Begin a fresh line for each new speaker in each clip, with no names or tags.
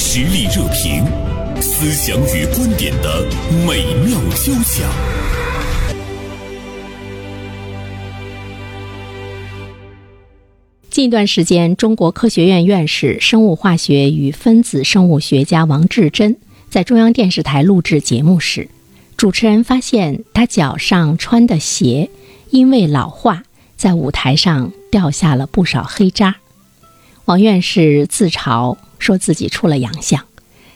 实力热评，思想与观点的美妙交响。
近一段时间，中国科学院院士、生物化学与分子生物学家王志珍在中央电视台录制节目时，主持人发现他脚上穿的鞋因为老化，在舞台上掉下了不少黑渣。王院士自嘲说自己出了洋相，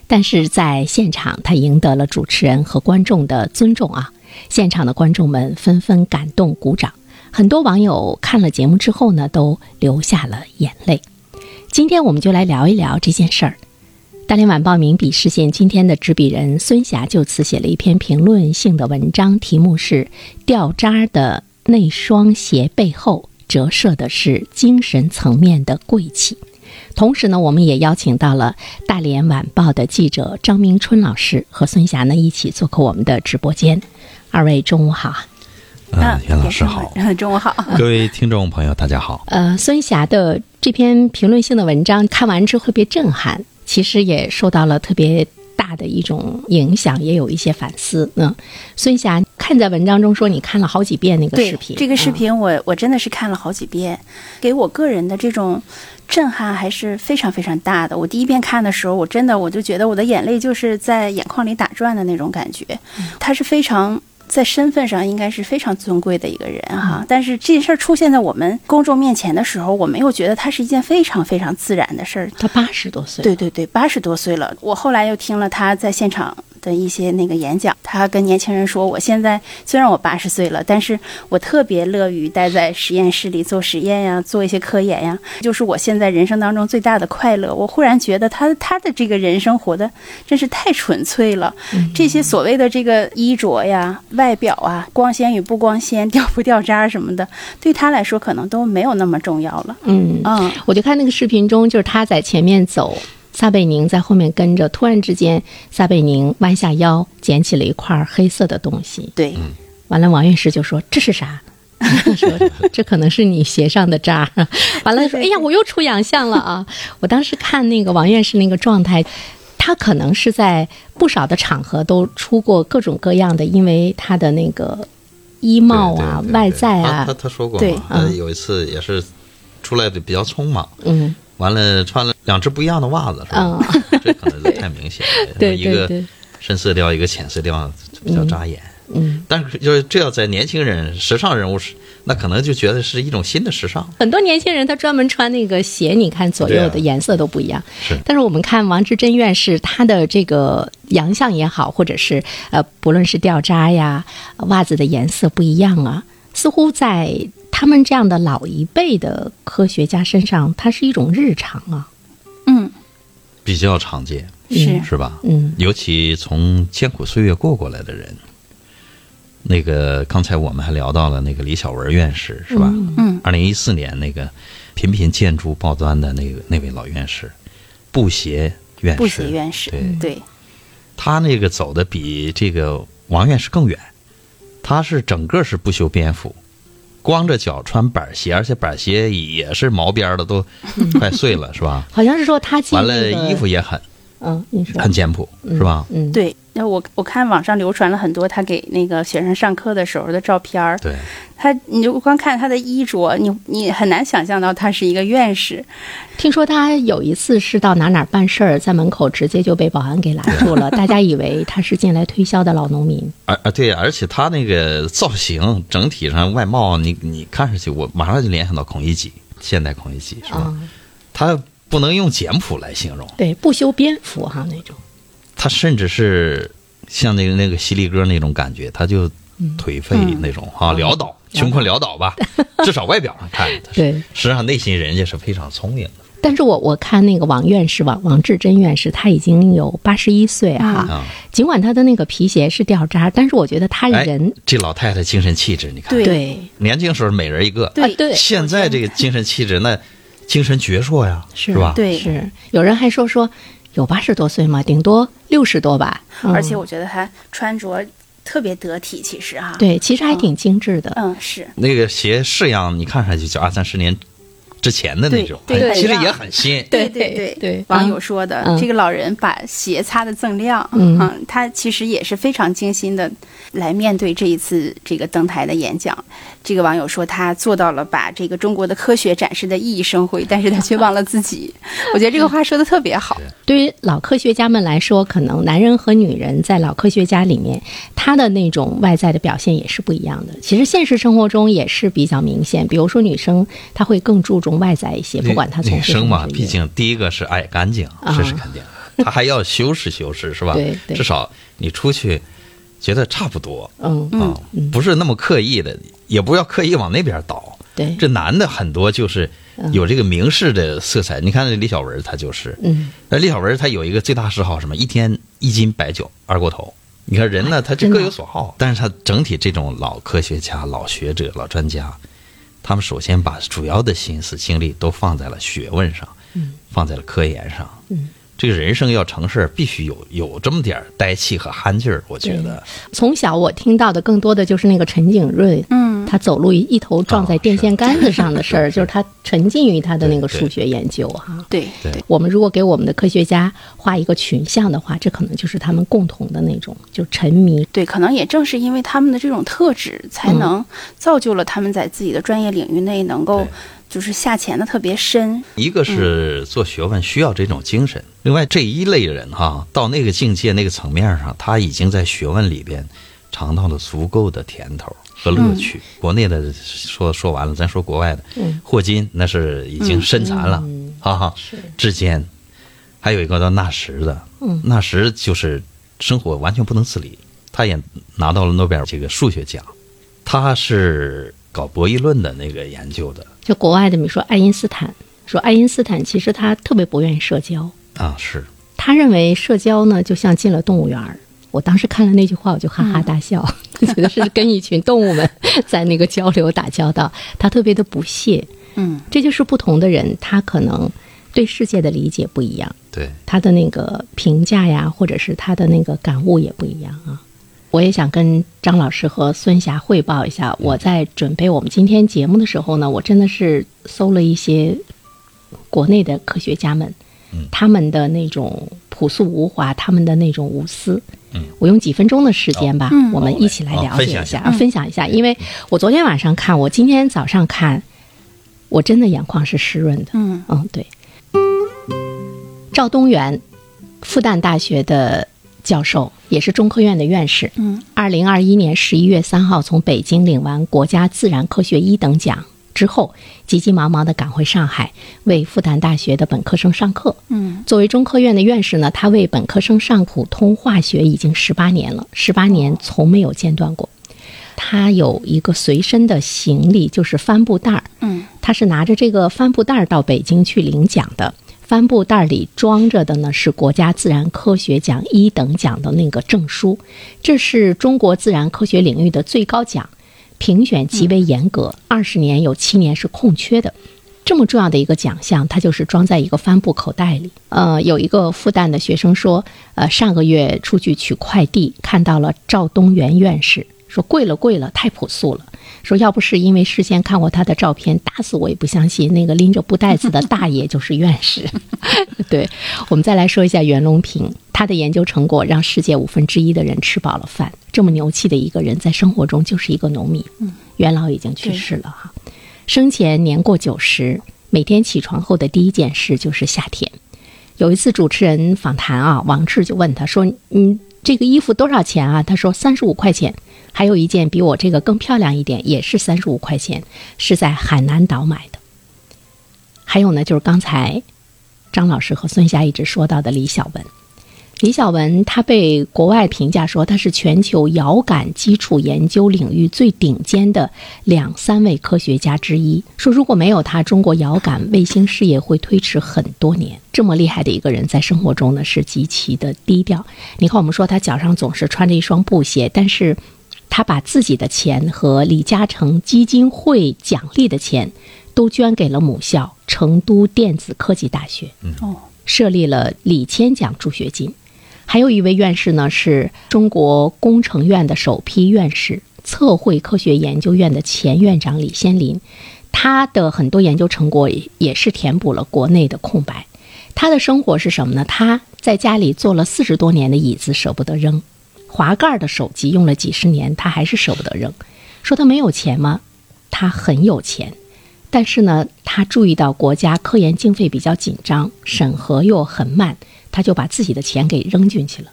但是在现场他赢得了主持人和观众的尊重啊！现场的观众们纷纷感动鼓掌，很多网友看了节目之后呢，都流下了眼泪。今天我们就来聊一聊这件事儿。大连晚报名笔视线今天的执笔人孙霞就此写了一篇评论性的文章，题目是“掉渣的那双鞋背后折射的是精神层面的贵气”。同时呢，我们也邀请到了大连晚报的记者张明春老师和孙霞呢一起做客我们的直播间。二位中午好啊！
嗯，袁老师好，
中 午好。
各位听众朋友，大家好。
呃，孙霞的这篇评论性的文章看完之后特别震撼，其实也受到了特别大的一种影响，也有一些反思。嗯，孙霞看在文章中说，你看了好几遍那个
对
视频，
这个视
嗯
频我，我真的是看了好几遍，给我个人的这种震撼还是非常非常大的。我第一遍看的时候，我真的我就觉得我的眼泪就是在眼眶里打转的那种感觉。
嗯
他是非常在身份上应该是非常尊贵的一个人
嗯
哈，但是这事儿出现在我们公众面前的时候，我们又觉得它是一件非常非常自然的事儿，
他嗯八十多岁，
对对对，八十多岁了。我后来又听了他在现场的一些那个演讲，他跟年轻人说：“我现在虽然我八十岁了，但是我特别乐于待在实验室里做实验呀，做一些科研呀，就是我现在人生当中最大的快乐。”我忽然觉得他他的这个人生活的真是太纯粹了。这些所谓的这个衣着呀、外表啊、光鲜与不光鲜、掉不掉渣儿什么的，对他来说可能都没有那么重要了。
嗯，
嗯。
我就看那个视频中，就是他在前面走，撒贝宁在后面跟着，突然之间，撒贝宁弯下腰捡起了一块黑色的东西，
对，
完了，王院士就说：“这是啥？” 说这可能是你鞋上的渣儿。完了说：“哎呀，我又出洋相了啊！”我当时看那个王院士那个状态，他可能是在不少的场合都出过各种各样的，因为他的那个衣帽啊、
对对对对
外在啊
他他，他说过
对
嘛，他
嗯
有一次也是出来的比较匆忙，
嗯
完了穿了两只不一样的袜子，是吧？
嗯，
这可能就太明显 了，
对
一
对
个
对，
深色调，一个浅色调，比较扎眼。
嗯，
但是就是这要在年轻人、时尚人物是，那可能就觉得是一种新的时尚。
很多年轻人他专门穿那个鞋，你看左右的颜色都不一样。
啊是
但是我们看王志珍院士，他的这个洋相也好，或者是呃，不论是掉渣呀、袜子的颜色不一样啊，似乎在他们这样的老一辈的科学家身上，它是一种日常啊。
嗯，
比较常见，
是。
是吧？
嗯
尤其从艰苦岁月过过来的人，那个刚才我们还聊到了那个李小文院士，是吧？
嗯
二零一四年那个频频建筑报端的那个那位老院士，布鞋院士，
布鞋院士，
对
对
他那个走的比这个王院士更远，他是整个是不修边幅，光着脚穿板鞋，而且板鞋也是毛边儿的，都快 碎了，是吧？
好像是说他进
完
那
了，
个
衣服，也很
嗯，你说
很简朴，是吧？
嗯，对，
对。那我我看网上流传了很多他给那个学生上课的时候的照片儿，
对，
他你就光看他的衣着，你你很难想象到他是一个院士。
听说他有一次是到哪哪儿办事儿，在门口直接就被保安给拦住了，大家以为他是进来推销的老农民。
而啊对，而且他那个造型整体上外貌，你你看上去，我马上就联想到孔乙己，现代孔乙己是吧？
啊、
他不能用简朴来形容，
对，不修边幅哈那种。
他甚至是像那个那个犀利哥那种感觉，他就颓废那种
嗯
哈，潦倒，穷困潦倒吧， 至少外表上看，他是
对，
实际上内心人家是非常聪明的
但是我我看那个王院士，王王志珍院士，他已经有八十一岁哈、
啊。
尽管他的那个皮鞋是掉渣，但是我觉得他
哎
人、，
这老太太精神气质，你看，
对
对
年轻时候每人一个，
啊
对
对
现在这个精神气质，那精神矍铄呀，
是
吧？
对
是，有人还说说有八十多岁吗？顶多六十多吧。嗯
而且我觉得他穿着特别得体，其实哈、，
对，其实还挺精致的。
嗯，是
那个鞋式样，你看上去就二三十年之前的那种，
对对
哎其实
对
也很 新。
对
对
对
对
网友说的、
嗯
这个老人把鞋擦得锃亮，啊
嗯
他其实也是非常精心的来面对这一次这个登台的演讲。这个网友说他做到了把这个中国的科学展示的熠熠生辉，但是他却忘了自己。我觉得这个话说的特别好，
对于老科学家们来说，可能男人和女人在老科学家里面，他的那种外在的表现也是不一样的。其实现实生活中也是比较明显，比如说女生，她会更注重外在一些，
女
不管她从
女
事
生嘛，
什么职业
毕竟第一个是爱干净，
啊
这是肯定的，她还要修饰修饰，是吧？
对对
至少你出去觉得差不多
嗯，
啊，不是那么刻意的，也不要刻意往那边倒。
对，
这男的很多就是有这个明示的色彩，你看这李小文他就是，
嗯，
那李小文他有一个最大嗜好什么？一天一斤白酒，二锅头。你看人呢，他这
真的
各有所好，但是他整体这种老科学家、老学者、老专家，他们首先把主要的心思、精力都放在了学问上，嗯，放在了科研上，嗯，这个人生要成事儿，必须有有这么点儿呆气和憨劲儿，我觉得
从小我听到的更多的就是那个陈景润，嗯，他走路一头撞在
啊
电线
是
杆子上的事 儿，
是是
就是他沉浸于他的那个
对对
数学研究哈、
对
对
我们如果给我们的科学家画一个群像的话，这可能就是他们共同的那种，就沉迷。
对，可能也正是因为他们的这种特质，才能造就了他们在自己的专业领域内能够
对
就是下潜的特别深。
一个是做学问需要这种精神，另外这一类人哈、到那个境界、那个层面上，他已经在学问里边尝到了足够的甜头和乐趣。国内的说说完了，咱说国外的，霍金那是已经身残了，哈哈，之间还有一个叫纳什的，纳什就是生活完全不能自理，他也拿到了诺贝尔这个数学奖，他是搞博弈论的那个研究的
就国外的，比如说爱因斯坦，说爱因斯坦其实他特别不愿意社交，
啊，是。
他认为社交呢就像进了动物园儿。我当时看了那句话，我就哈哈大笑， 觉得是跟一群动物们 在那个交流打交道，他特别的不屑。
嗯，
这就是不同的人，他可能对世界的理解不一样，
对，
他的那个评价呀，或者是他的那个感悟也不一样啊。我也想跟张老师和孙霞汇报一下，我在准备我们今天节目的时候呢，我真的是搜了一些国内的科学家们，他们的那种朴素无华，他们的那种无私。我用几分钟的时间吧，我们一嗯起来了解一下，啊
好
分享一下。因为我昨天晚上看，我今天早上看，我真的眼眶是湿润的。
嗯
嗯，对。赵东元，复旦大学的教授，也是中科院的院士。
嗯，
二零二一年十一月三号从北京领完国家自然科学一等奖之后，急急忙忙地赶回上海，为复旦大学的本科生上课。
嗯，
作为中科院的院士呢，他为本科生上普通化学已经十八年了，十八年从没有间断过。他有一个随身的行李，就是帆布袋儿。
嗯，
他是拿着这个帆布袋儿到北京去领奖的。帆布袋儿里装着的呢是国家自然科学奖一等奖的那个证书，这是中国自然科学领域的最高奖，评选极为严格，二十、年有七年是空缺的。这么重要的一个奖项，它就是装在一个帆布口袋里。呃，有一个复旦的学生说，呃，上个月出去取快递，看到了赵东元院士，说贵了贵了，太朴素了。说要不是因为事先看过他的照片，打死我也不相信那个拎着布袋子的大爷就是院士。 对，我们再来说一下袁隆平，他的研究成果让世界五分之一的人吃饱了饭。这么牛气的一个人，在生活中就是一个农民。袁老已经去世了哈。生前年过九十，每天起床后的第一件事就是夏天。有一次主持人访谈啊，王志就问他说：“嗯，这个衣服多少钱啊？”他说：“三十五块钱。”还有一件比我这个更漂亮一点，也是三十五块钱，是在海南岛买的。还有呢，就是刚才张老师和孙霞一直说到的李小文。李小文他被国外评价说他是全球遥感基础研究领域最顶尖的两三位科学家之一。说如果没有他，中国遥感卫星事业会推迟很多年。这么厉害的一个人，在生活中呢是极其的低调。你看，我们说他脚上总是穿着一双布鞋，但是他把自己的钱和李嘉诚基金会奖励的钱都捐给了母校成都电子科技大学，
哦，
设立了李谦奖助学金。还有一位院士呢，是中国工程院的首批院士，测绘科学研究院的前院长李先林。他的很多研究成果也也是填补了国内的空白。他的生活是什么呢？他在家里做了四十多年的椅子，舍不得扔；滑盖的手机用了几十年，他还是舍不得扔。说他没有钱吗？他很有钱，但是呢，他注意到国家科研经费比较紧张，审核又很慢，他就把自己的钱给扔进去了。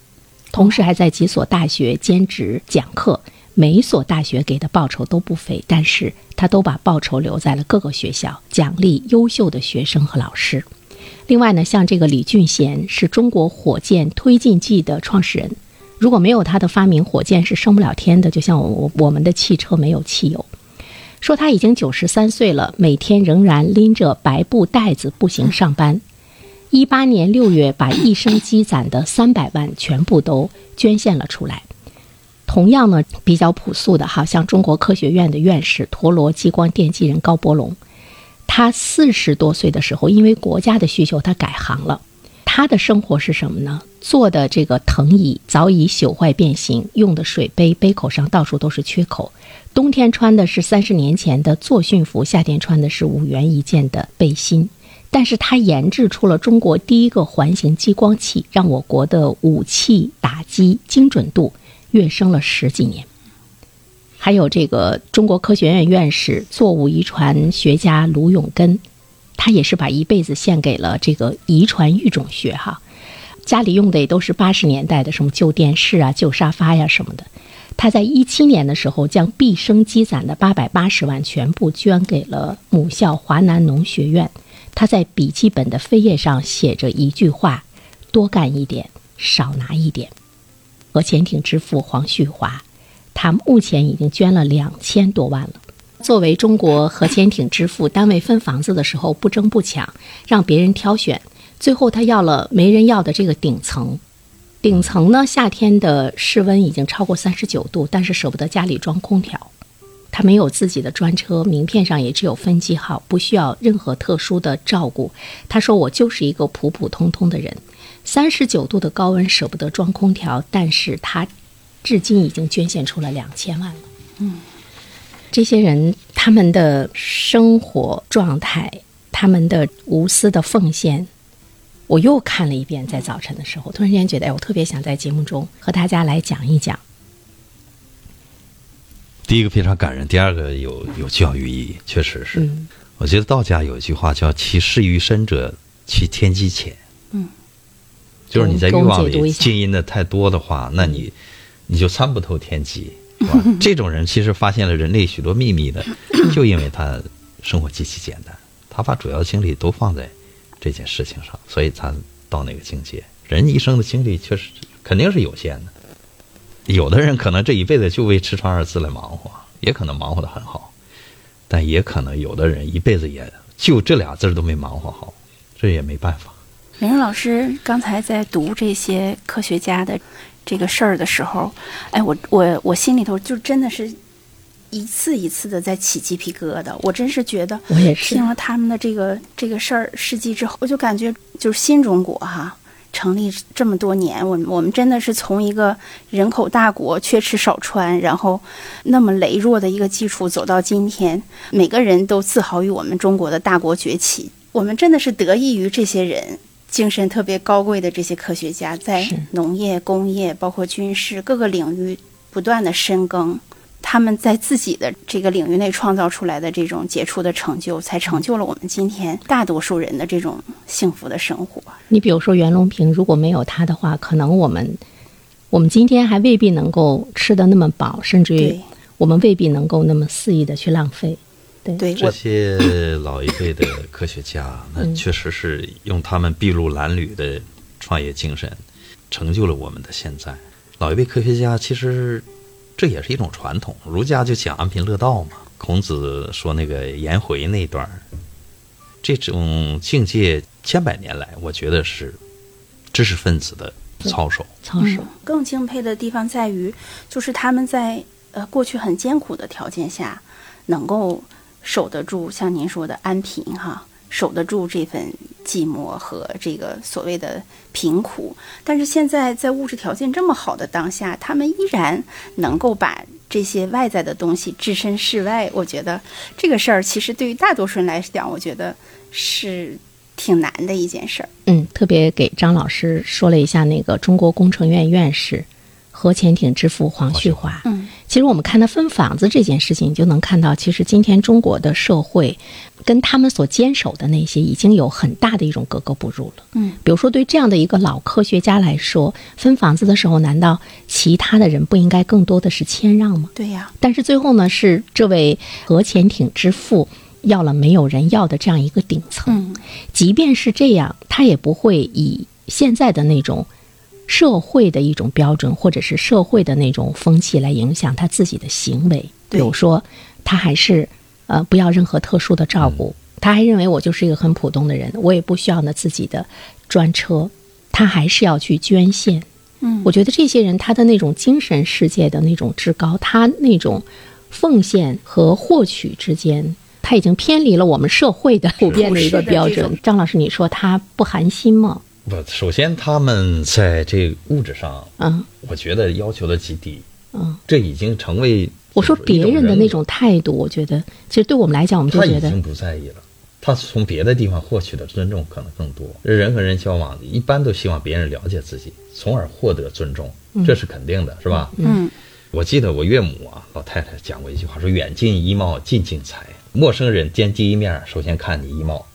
同时还在几所大学兼职讲课，每一所大学给的报酬都不菲，但是他都把报酬留在了各个学校，奖励优秀的学生和老师。另外呢，像这个李俊贤是中国火箭推进剂的创始人，如果没有他的发明，火箭是升不了天的，就像我我们的汽车没有汽油。说他已经九十三岁了，每天仍然拎着白布袋子步行上班。一八年六月，把一生积攒的三百万全部都捐献了出来。同样呢，比较朴素的哈，像中国科学院的院士陀螺激光奠基人高伯龙，他四十多岁的时候，因为国家的需求，他改行了。他的生活是什么呢？坐的这个藤椅早已朽坏变形，用的水杯杯口上到处都是缺口。冬天穿的是三十年前的作训服，夏天穿的是五元一件的背心。但是他研制出了中国第一个环形激光器，让我国的武器打击精准度跃升了十几年。还有这个中国科学院院士、作物遗传学家卢永根，他也是把一辈子献给了这个遗传育种学哈。家里用的也都是八十年代的什么旧电视啊、旧沙发呀、什么的。他在一七年的时候，将毕生积攒的八百八十万全部捐给了母校华南农学院。他在笔记本的扉页上写着一句话：“多干一点，少拿一点。”核潜艇之父黄旭华，他目前已经捐了两千多万了。作为中国核潜艇之父，单位分房子的时候不争不抢，让别人挑选，最后他要了没人要的这个顶层。顶层呢，夏天的室温已经超过三十九度，但是舍不得家里装空调。他没有自己的专车，名片上也只有分机号，不需要任何特殊的照顾。他说：“我就是一个普普通通的人。”三十九度的高温舍不得装空调，但是他至今已经捐献出了两千万了。
嗯，
这些人他们的生活状态，他们的无私的奉献，我又看了一遍。在早晨的时候，突然间觉得，哎，我特别想在节目中和大家来讲一讲。
第一个非常感人，第二个有有教育意义，确实是。
嗯
我觉得道家有一句话叫“其事于身者，其天机浅”。
嗯，
就是你在欲
给我们
望
解读一
里
下
浸淫的太多的话，那你你就参不透 天机，是吧？这种人其实发现了人类许多秘 密的，就因为他生活极其简单，他把主要精力都放在这件事情上，所以他到那个境界。人一生的精力确实肯定是有限的，有的人可能这一辈子就为“吃穿”二字来忙活，也可能忙活的很好，但也可能有的人一辈子也就这俩字儿都没忙活好，这也没办法。
美荣老师刚才在读这些科学家的这个事儿的时候，哎，我我我心里头就真的是一次一次的在起鸡皮疙瘩，我真是觉得
我也是啊
听了他们的这个这个事儿事迹之后，我就感觉就是新中国哈、成立这么多年，我们我们真的是从一个人口大国缺吃少穿，然后那么羸弱的一个基础走到今天，每个人都自豪于我们中国的大国崛起。我们真的是得益于这些人精神特别高贵的这些科学家，在
是
农业、工业，包括军事各个领域不断的深耕。他们在自己的这个领域内创造出来的这种杰出的成就，才成就了我们今天大多数人的这种幸福的生活。
你比如说袁隆平，如果没有他的话，可能我们我们今天还未必能够吃得那么饱，甚至于
对
我们未必能够那么肆意的去浪费。
对，
这
我
些老一辈的科学 家，那确实是用他们筚路蓝缕的创业精神，成就了我们的现在。老一辈科学家其实这也是一种传统，儒家就讲安贫乐道嘛。孔子说那个颜回那段儿，这种境界千百年来，我觉得是知识分子的操守。
操守，
更敬佩的地方在于，就是他们在呃过去很艰苦的条件下，能够守得住像您说的安贫哈，守得住这份寂寞和这个所谓的贫苦。但是现在在物质条件这么好的当下，他们依然能够把这些外在的东西置身事外，我觉得这个事儿其实对于大多数人来讲，我觉得是挺难的一件事儿。
嗯，特别给张老师说了一下那个中国工程院院士核潜艇之父黄旭华。
嗯，
其实我们看他分房子这件事情，你就能看到，其实今天中国的社会跟他们所坚守的那些已经有很大的一种格格不入了。
嗯，
比如说对这样的一个老科学家来说，分房子的时候，难道其他的人不应该更多的是谦让吗？
对呀，
但是最后呢，是这位核潜艇之父要了没有人要的这样一个顶层。
嗯，
即便是这样，他也不会以现在的那种社会的一种标准，或者是社会的那种风气来影响他自己的行为。比
对
如说，他还是呃不要任何特殊的照顾，
嗯
他还认为我就是一个很普通的人，我也不需要呢自己的专车，他还是要去捐献。
嗯，
我觉得这些人他的那种精神世界的那种至高，他那种奉献和获取之间，他已经偏离了我们社会的普遍的一个标
普世的这
准
种。
张老师，你说他不寒心吗？
不，首先他们在这物质上，
嗯
我觉得要求的极低，
嗯，
这已经成为
我说别人的那
一
种态度，我觉得其实对我们来讲，我们就
他
觉
已
得
经不在意了。他从别的地方获取的尊重可能更多。人和人交往，一般都希望别人了解自己，从而获得尊重，
嗯
这是肯定的，是吧？
嗯
我记得我岳母啊，老太太讲过一句话，说“远近衣貌，近近财”。陌生人见第一面，首先看你衣貌，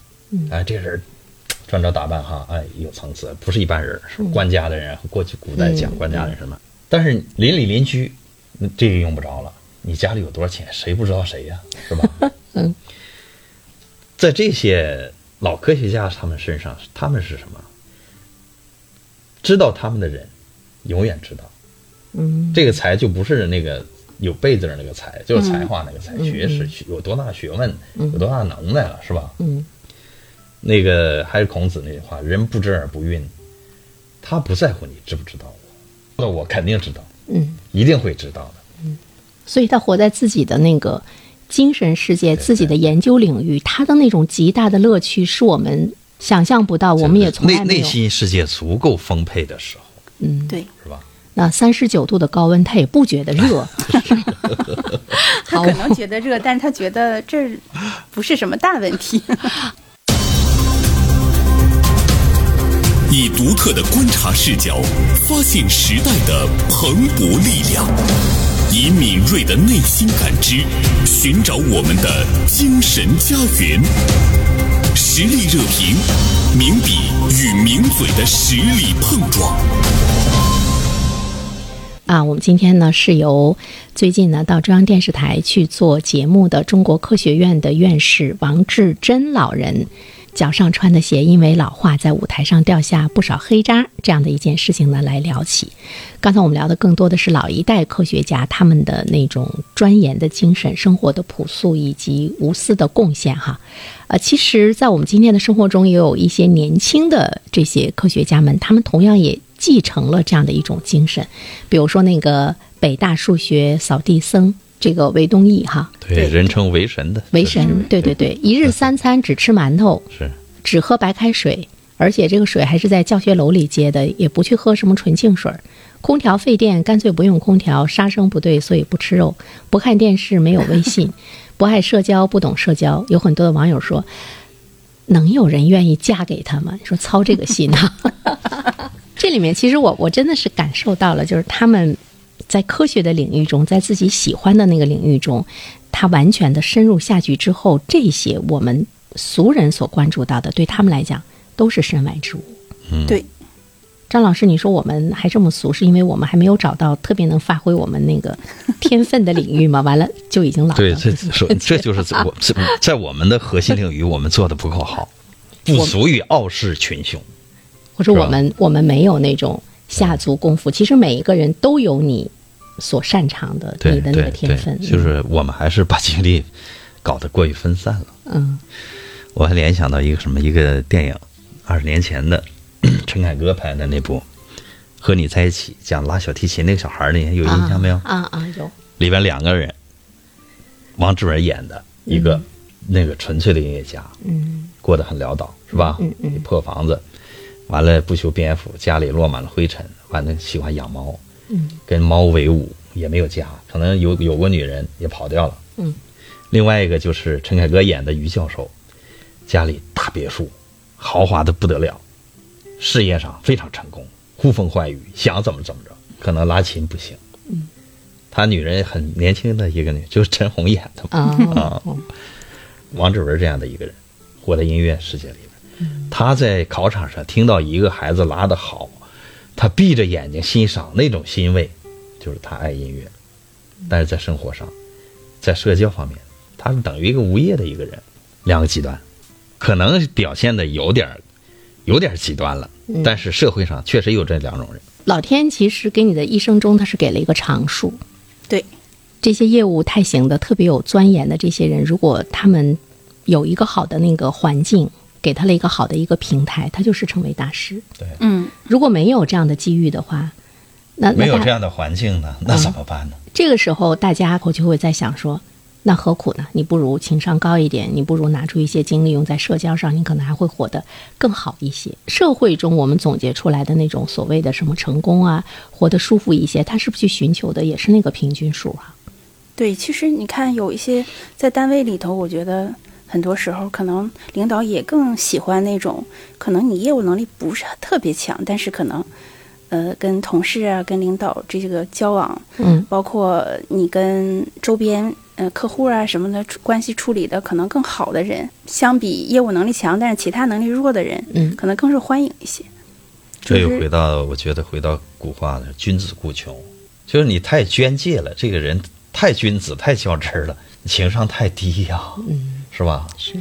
哎，这人嘖穿着打扮哈，哎，有层次，不是一般人，是官家的人。啊过去古代讲官家人什么，但是邻里邻居，那这个用不着了。你家里有多少钱，谁不知道谁呀、是吧？
嗯，
在这些老科学家他们身上，他们是什么？知道他们的人，永远知道。
嗯
这个才就不是那个有被字儿那个才，就是才华那个才，
嗯
学识学有多大学问，有多大能耐了，是吧？
嗯
那个还是孔子那句话：“人不知而不愠。”他不在乎你知不知道我，那我肯定知道，
嗯，
一定会知道的。
所以他活在自己的那个。精神世界，自己的研究领域，他的那种极大的乐趣，是我们想象不到，我们也从
内
来没
内
有。
心世界足够丰沛的时候，
嗯，
对，
是吧？
那三十九度的高温，他也不觉得 热。 哦
他可能觉得热，但是他觉得这不是什么大问题。
以独特的观察视角，发现时代的蓬勃力量；以敏锐的内心感知，寻找我们的精神家园。实力热评，名笔与名嘴的实力碰撞。
啊，我们今天呢是由最近呢到中央电视台去做节目的中国科学院的院士王志珍老人，脚上穿的鞋因为老化在舞台上掉下不少黑渣这样的一件事情呢来聊起。刚才我们聊的更多的是老一代科学家他们的那种钻研的精神、生活的朴素以及无私的贡献哈。呃，其实，在我们今天的生活中，也有一些年轻的这些科学家们，他们同样也继承了这样的一种精神。比如说那个北大数学扫地僧，这个韦东奕哈，
对，人称为神的
韦神，啊对对对，一日三餐只吃馒头，
是
只喝白开水，而且这个水还是在教学楼里接的，也不去喝什么纯净水儿。空调费电，干脆不用空调，杀生不对，所以不吃肉。不看电视，没有微信，不爱社交，不懂社交。有很多的网友说，能有人愿意嫁给他吗？你说操这个心啊！ 这里面其实我我真的是感受到了，就是他们在科学的领域中，在自己喜欢的那个领域中，他完全的深入下去之后，这些我们俗人所关注到的，对他们来讲都是身外之物。
嗯
对，
张老师，你说我们还这么俗，是因为我们还没有找到特别能发挥我们那个天分的领域吗？完了就已经老了。
对，这说这就是 我这在我们的核心领域，我们做的不够好，不足以傲视群雄。
或者
是吧
我们我们没有那种下足功夫。其实每一个人都有你所擅长的，
对
你的那
对
个天分。
对，就是我们还是把精力搞得过于分散了。
嗯
我还联想到一个什么一个电影，二十年前的 陈凯歌拍的那部《和你在一起》，讲拉小提琴那个小孩儿的，有印象没有？
啊啊有，
里边两个人，王志文演的一个、那个纯粹的音乐家，
嗯
过得很潦倒，是吧？
嗯嗯
破房子，完了不修边幅，家里落满了灰尘，完了喜欢养猫，
嗯
跟猫为伍，也没有家，可能有有过女人也跑掉了。
嗯，
另外一个就是陈凯歌演的于教授，家里大别墅，豪华的不得了，事业上非常成功，呼风唤雨，想怎么怎么着，可能拉琴不行。嗯，他女人很年轻的一个女，就是陈红演的嘛。
啊
啊，王志文这样的一个人，活在音乐世界里边，他在考场上听到一个孩子拉的好，他闭着眼睛欣赏那种欣慰，就是他爱音乐。但是在生活上，在社交方面，他是等于一个无业的一个人，两个极端，可能表现的有点儿有点儿极端了，但是社会上确实有这两种人。
老天其实给你的一生中，他是给了一个常数。
对，
这些业务太行的、特别有钻研的这些人，如果他们有一个好的那个环境，给他了一个好的一个平台，他就是成为大师。
嗯，
如果没有这样的机遇的话，那那
没有
大
这样的环境呢，那怎么办呢？
这个时候，大家伙就会在想说，那何苦呢？你不如情商高一点，你不如拿出一些精力用在社交上，你可能还会活得更好一些。社会中我们总结出来的那种所谓的什么成功啊，活得舒服一些，他是不是去寻求的也是那个平均数啊？
对，其实你看，有一些在单位里头，我觉得很多时候可能领导也更喜欢那种，可能你业务能力不是特别强，但是可能，呃，跟同事啊、跟领导这个交往，
嗯，
包括你跟周边呃客户啊什么的处关系处理的可能更好的人，相比业务能力强但是其他能力弱的人，
嗯
可能更受欢迎一些。
这又
就是
回到，我觉得回到古话了，君子固穷，就是你太捐界了，这个人太君子、太较真儿了，你情商太低呀、是吧？
是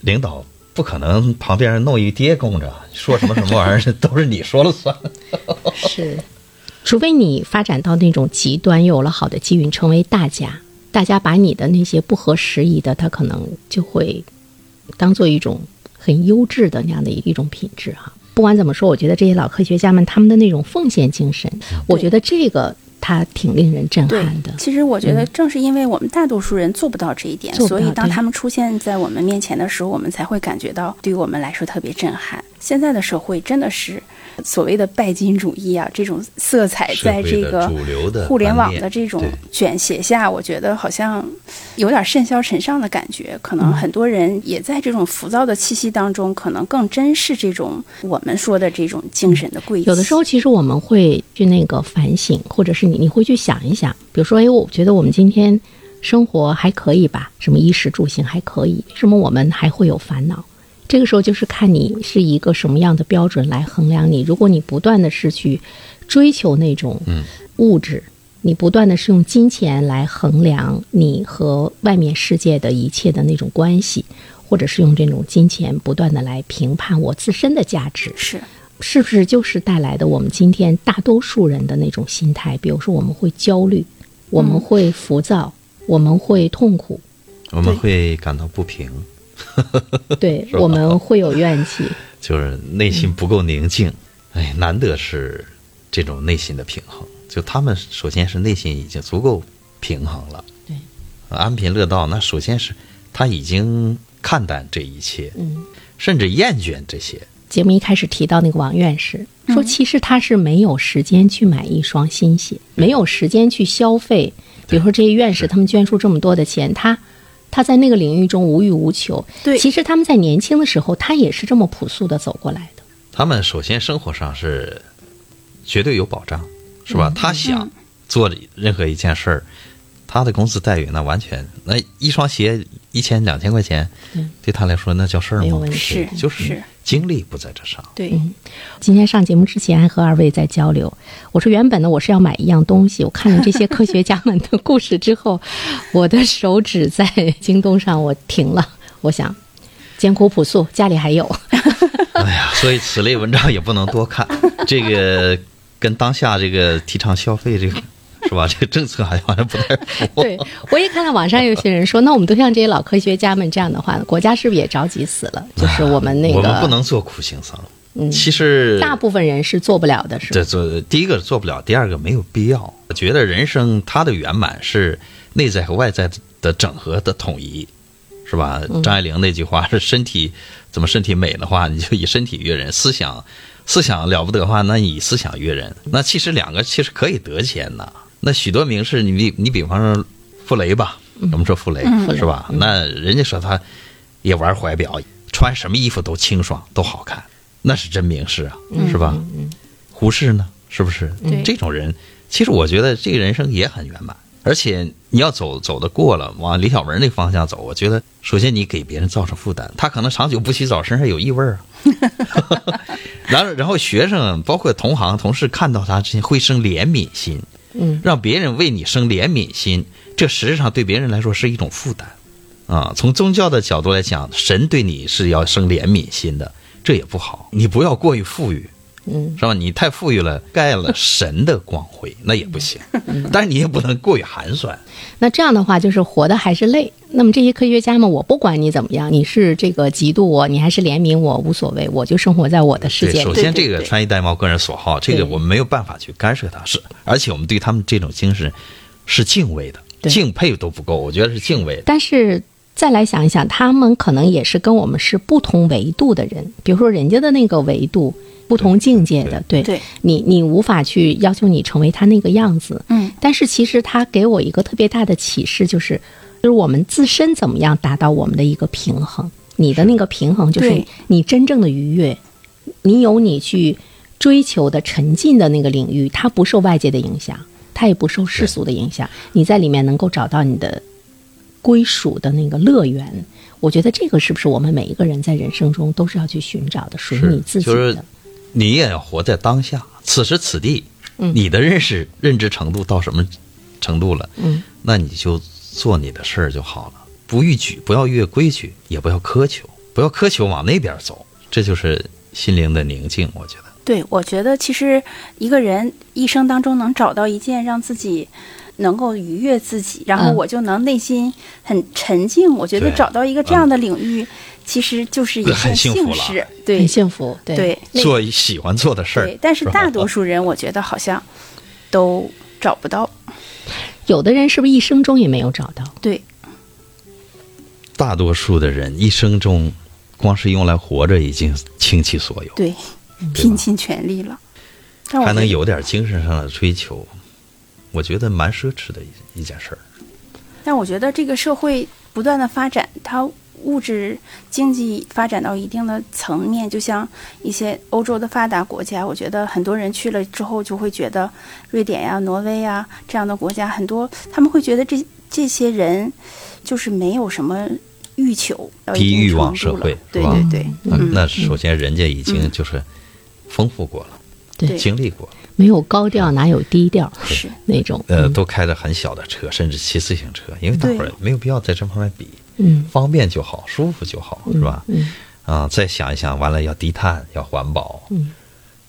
领导不可能旁边弄一爹供着，说什么什么玩意儿 都是你说了算。
是，除非你发展到那种极端，又有了好的机遇，你成为大家，大家把你的那些不合时宜的，他可能就会当做一种很优质的那样的一种品质哈、不管怎么说，我觉得这些老科学家们他们的那种奉献精神，我觉得这个他挺令人震
对
撼的，。
其实我觉得正是因为我们大多数人做不到这一点，
嗯做不
所以
到
当
对
他们出现在我们面前的时候，我们才会感觉到对于我们来说特别震撼。现在的社会真的是所谓的拜金主义啊，这种色彩
社
在
会
这
的
个
主流的
互联
观
网
念
的这种
对
卷写下，我觉得好像有点甚嚣尘上的感觉。可
嗯
能很多人也在这种浮躁的气息当中，可能更珍视这种我们说的这种精神的贵气。
嗯有的时候，其实我们会去那个反省，或者是你你会去想一想，比如说，哎，我觉得我们今天生活还可以吧，什么衣食住行还可以，为什么我们还会有烦恼？这个时候就是看你是一个什么样的标准来衡量你。如果你不断的是去追求那种物质，你不断的是用金钱来衡量你和外面世界的一切的那种关系，或者是用这种金钱不断的来评判我自身的价值，
是
是不是就是带来的我们今天大多数人的那种心态？比如说，我们会焦虑，我们会浮躁，我们会痛苦，
我们会感到不平，
对，我们会有怨气。
就是内心不够宁静。哎，难得是这种内心的平衡。就他们首先是内心已经足够平衡了，
对，
安贫乐道，那首先是他已经看淡这一切，
嗯，
甚至厌倦这些。
节目一开始提到那个王院士，说其实他是没有时间去买一双新鞋，没有时间去消费。比如说这些院士，他们捐出这么多的钱，他他在那个领域中无欲无求。
对
其实他们在年轻的时候，他也是这么朴素的走过来的。
他们首先生活上是绝对有保障，是
嗯
吧？他想做任何一件事儿，他的工资待遇那完全那一双鞋一千两千块钱
对，
对他来说那叫事
嗯
儿
没有
吗
问？题嗯
是
是
就是
是
精力不在这 上。
对。
今天上节目之前还和二位在交流，我说原本呢我是要买一样东西，我看了这些科学家们的故事之后，我的手指在京东上我停了，我想艰苦朴素，家里还 有，
哎呀，所以此类文章也不能多 看。这个跟当下这个提倡消费这个是吧？这个政策好像不太符。
对我也看到网上有些人说，那我们都像这些老科学家们这样的话，国家是不是也着急死 了？就是我们那个嗯
我们不能做苦行僧。其实
大部分人是做不了的，是吧
这？做第一个做不了，第二个没有必要。我觉得人生它的圆满是内在和外在的整合的统一，是吧？
嗯
张爱玲那句话是：身体怎么身体美的话，你就以身体悦人；思想思想了不得的话，那你以思想悦人。那其实两个其实可以得兼呐。那许多名士，你比你比方说傅雷吧，我们说傅雷、
嗯
是吧？那人家说他也玩怀表，穿什么衣服都清爽，都好看，那是真名士啊，
嗯
是吧？胡适呢，是不是？
对
这种人，其实我觉得这个人生也很圆满，而且你要走走得过了，往李小文那方向走，我觉得首先你给别人造成负担，他可能长久不洗澡身上有异味儿啊，然后然后学生包括同行同事看到他之前会生怜悯心，
嗯，
让别人为你生怜悯心，这实际上对别人来说是一种负担。啊，从宗教的角度来讲，神对你是要生怜悯心的，这也不好。你不要过于富裕，
嗯，
是吧？你太富裕了，盖了神的光辉，那也不行。但是你也不能过于寒酸。
那这样的话，就是活的还是累。那么这些科学家们，我不管你怎么样，你是这个嫉妒我，你还是怜悯我，无所谓，我就生活在我的世界
首
里。
先
对对
这个
对
穿衣戴帽个人所好，这
对
个我们没有办法去干涉他，是，而且我们对他们这种精神是敬畏的，
对
敬佩都不够，我觉得是敬畏的。
但是再来想一想，他们可能也是跟我们是不同维度的人，比如说人家的那个维度。不同境界的，对
对
你，你无法去要求你成为他那个样子，
嗯，
但是其实他给我一个特别大的启示，就是，就是我们自身怎么样达到我们的一个平衡。你的那个平衡就是
对
你真正的愉悦，你有你去追求的沉浸的那个领域，它不受外界的影响，它也不受世俗的影响，你在里面能够找到你的归属的那个乐园。我觉得这个是不是我们每一个人在人生中都是要去寻找的，属于你自己的？
就是你也要活在当下，此时此地，你的认识认知程度到什么程度了？
嗯，
那你就做你的事儿就好了，不逾矩，不要越规矩，也不要苛求，不要苛求往那边走，这就是心灵的宁静。我觉得，
对，我觉得其实一个人一生当中能找到一件让自己能够愉悦自己，然后
嗯
我就能内心很沉静。我觉得
对
找到一个
嗯
这样的领域，其实就是一件
很幸福
幸
了
事。对
很幸福，对
对
那
做喜欢做的事儿
对，，但是
吧啊
大多数人我觉得好像都找不到。
有的人是不是一生中也没有找到？
对，
大多数的人一生中，光是用来活着已经倾其所有，
对，拼尽全力了，但我
还能
觉得
有点精神上的追求，我觉得蛮奢侈的一一件事儿。
但我觉得这个社会不断的发展，它物质经济发展到一定的层面，就像一些欧洲的发达国家，我觉得很多人去了之后就会觉得瑞典呀、挪威呀这样的国家，很多他们会觉得这这些人就是没有什么欲求，到一定
低欲望
程度
社会
了对
是吧
对对，
那
嗯
啊那首先人家已经就是丰富过了，
嗯对
经历过了，
没有高调哪有低调
是
那种？
呃，都开着很小的车，甚至骑自行车，因为大伙儿
对
没有必要在这方面比，
嗯
方便就好，舒服就好，是吧？
嗯，
啊，再想一想，完了要低碳，要环保，
嗯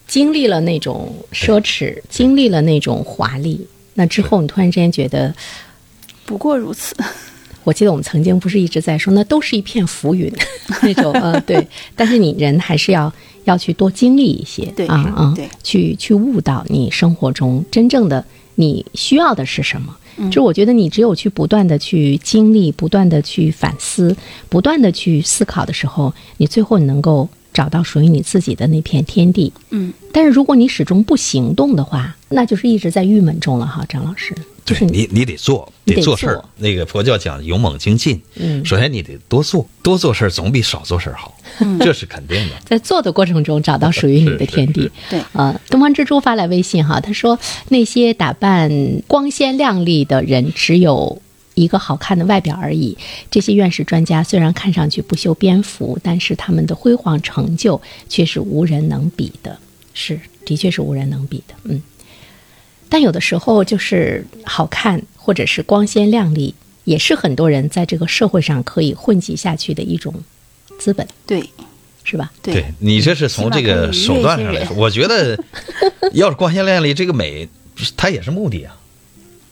经历了那种奢侈，经历了那种华丽，那之后你突然之间觉得，
不过如此。
我记得我们曾经不是一直在说，那都是一片浮云， 那种呃对，但是你人还是要要去多经历一些，
对
啊
是
啊，
对
去去悟到你生活中真正的你需要的是什么。
嗯
就是我觉得你只有去不断的去经历，不断的去反思，不断的去思考的时候，你最后你能够找到属于你自己的那片天地。
嗯，
但是如果你始终不行动的话，那就是一直在郁闷中了哈，张老师。就
对
是
你，你得做，
你得
做事儿
做。
那个佛教讲勇猛精进，
嗯
首先你得多做，多做事儿总比少做事儿好，
嗯
这是肯定的。
在做的过程中找到属于你的天地。
是是对
呃，东方之珠发来微信哈，他说那些打扮光鲜亮丽的人，只有。一个好看的外表而已。这些院士专家虽然看上去不修边幅，但是他们的辉煌成就却是无人能比的。是，的确是无人能比的。嗯，但有的时候就是好看或者是光鲜亮丽，也是很多人在这个社会上可以混迹下去的一种资本，
对
是吧？
对
对你这是从这个手段上来说，我 觉得要是光鲜亮丽，这个美它也是目的啊。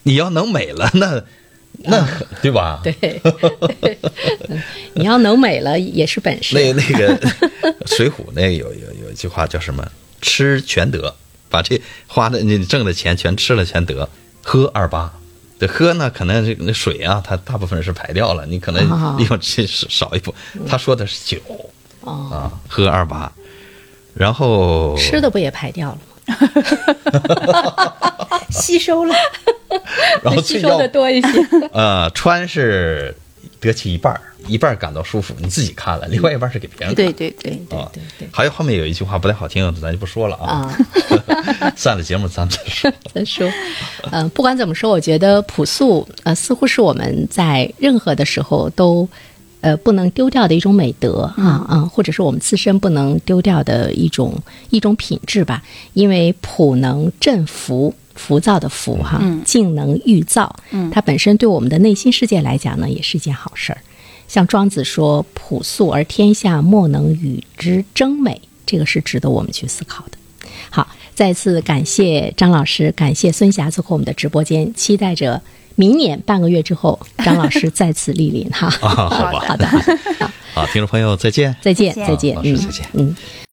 你要能美了，那那对吧？
嗯对， 你要能美了也是本事。
那那个 《水浒》那个有有有一句话叫什么？吃全得，把这花的你挣的钱全吃了全得，喝二八。这喝呢，可能这那水啊，它大部分是排掉了，你可
哦
能利用这少一部。
嗯
他说的是酒
哦，
啊，喝二八，然后
吃的不也排掉了吗？
吸收了，
然后
吸
最
收
要
的多一 些。
呃穿是得其一半儿，一半儿感到舒服，你自己看了，另外一半儿是给别人看。
对对对，
对对对对
还有后面有一句话不太好听，咱就不说了啊。
啊，
散了节目咱们再说。
再说，嗯、不管怎么说，我觉得朴素呃，似乎是我们在任何的时候都呃不能丢掉的一种美德啊啊、或者是我们自身不能丢掉的一种一种品质吧。因为朴能振浮，浮躁的浮哈，静能御躁，它本身对我们的内心世界来讲呢，也是一件好事儿。像庄子说：“朴素而天下莫能与之争美”，这个是值得我们去思考的。好，再次感谢张老师，感谢孙霞做客我们的直播间，期待着明年半个月之后，张老师再次莅临哈。
啊好吧
好的，好的，
好，听众朋友再见。
再见，
再
再
见
见，
好老师
嗯
再见
嗯。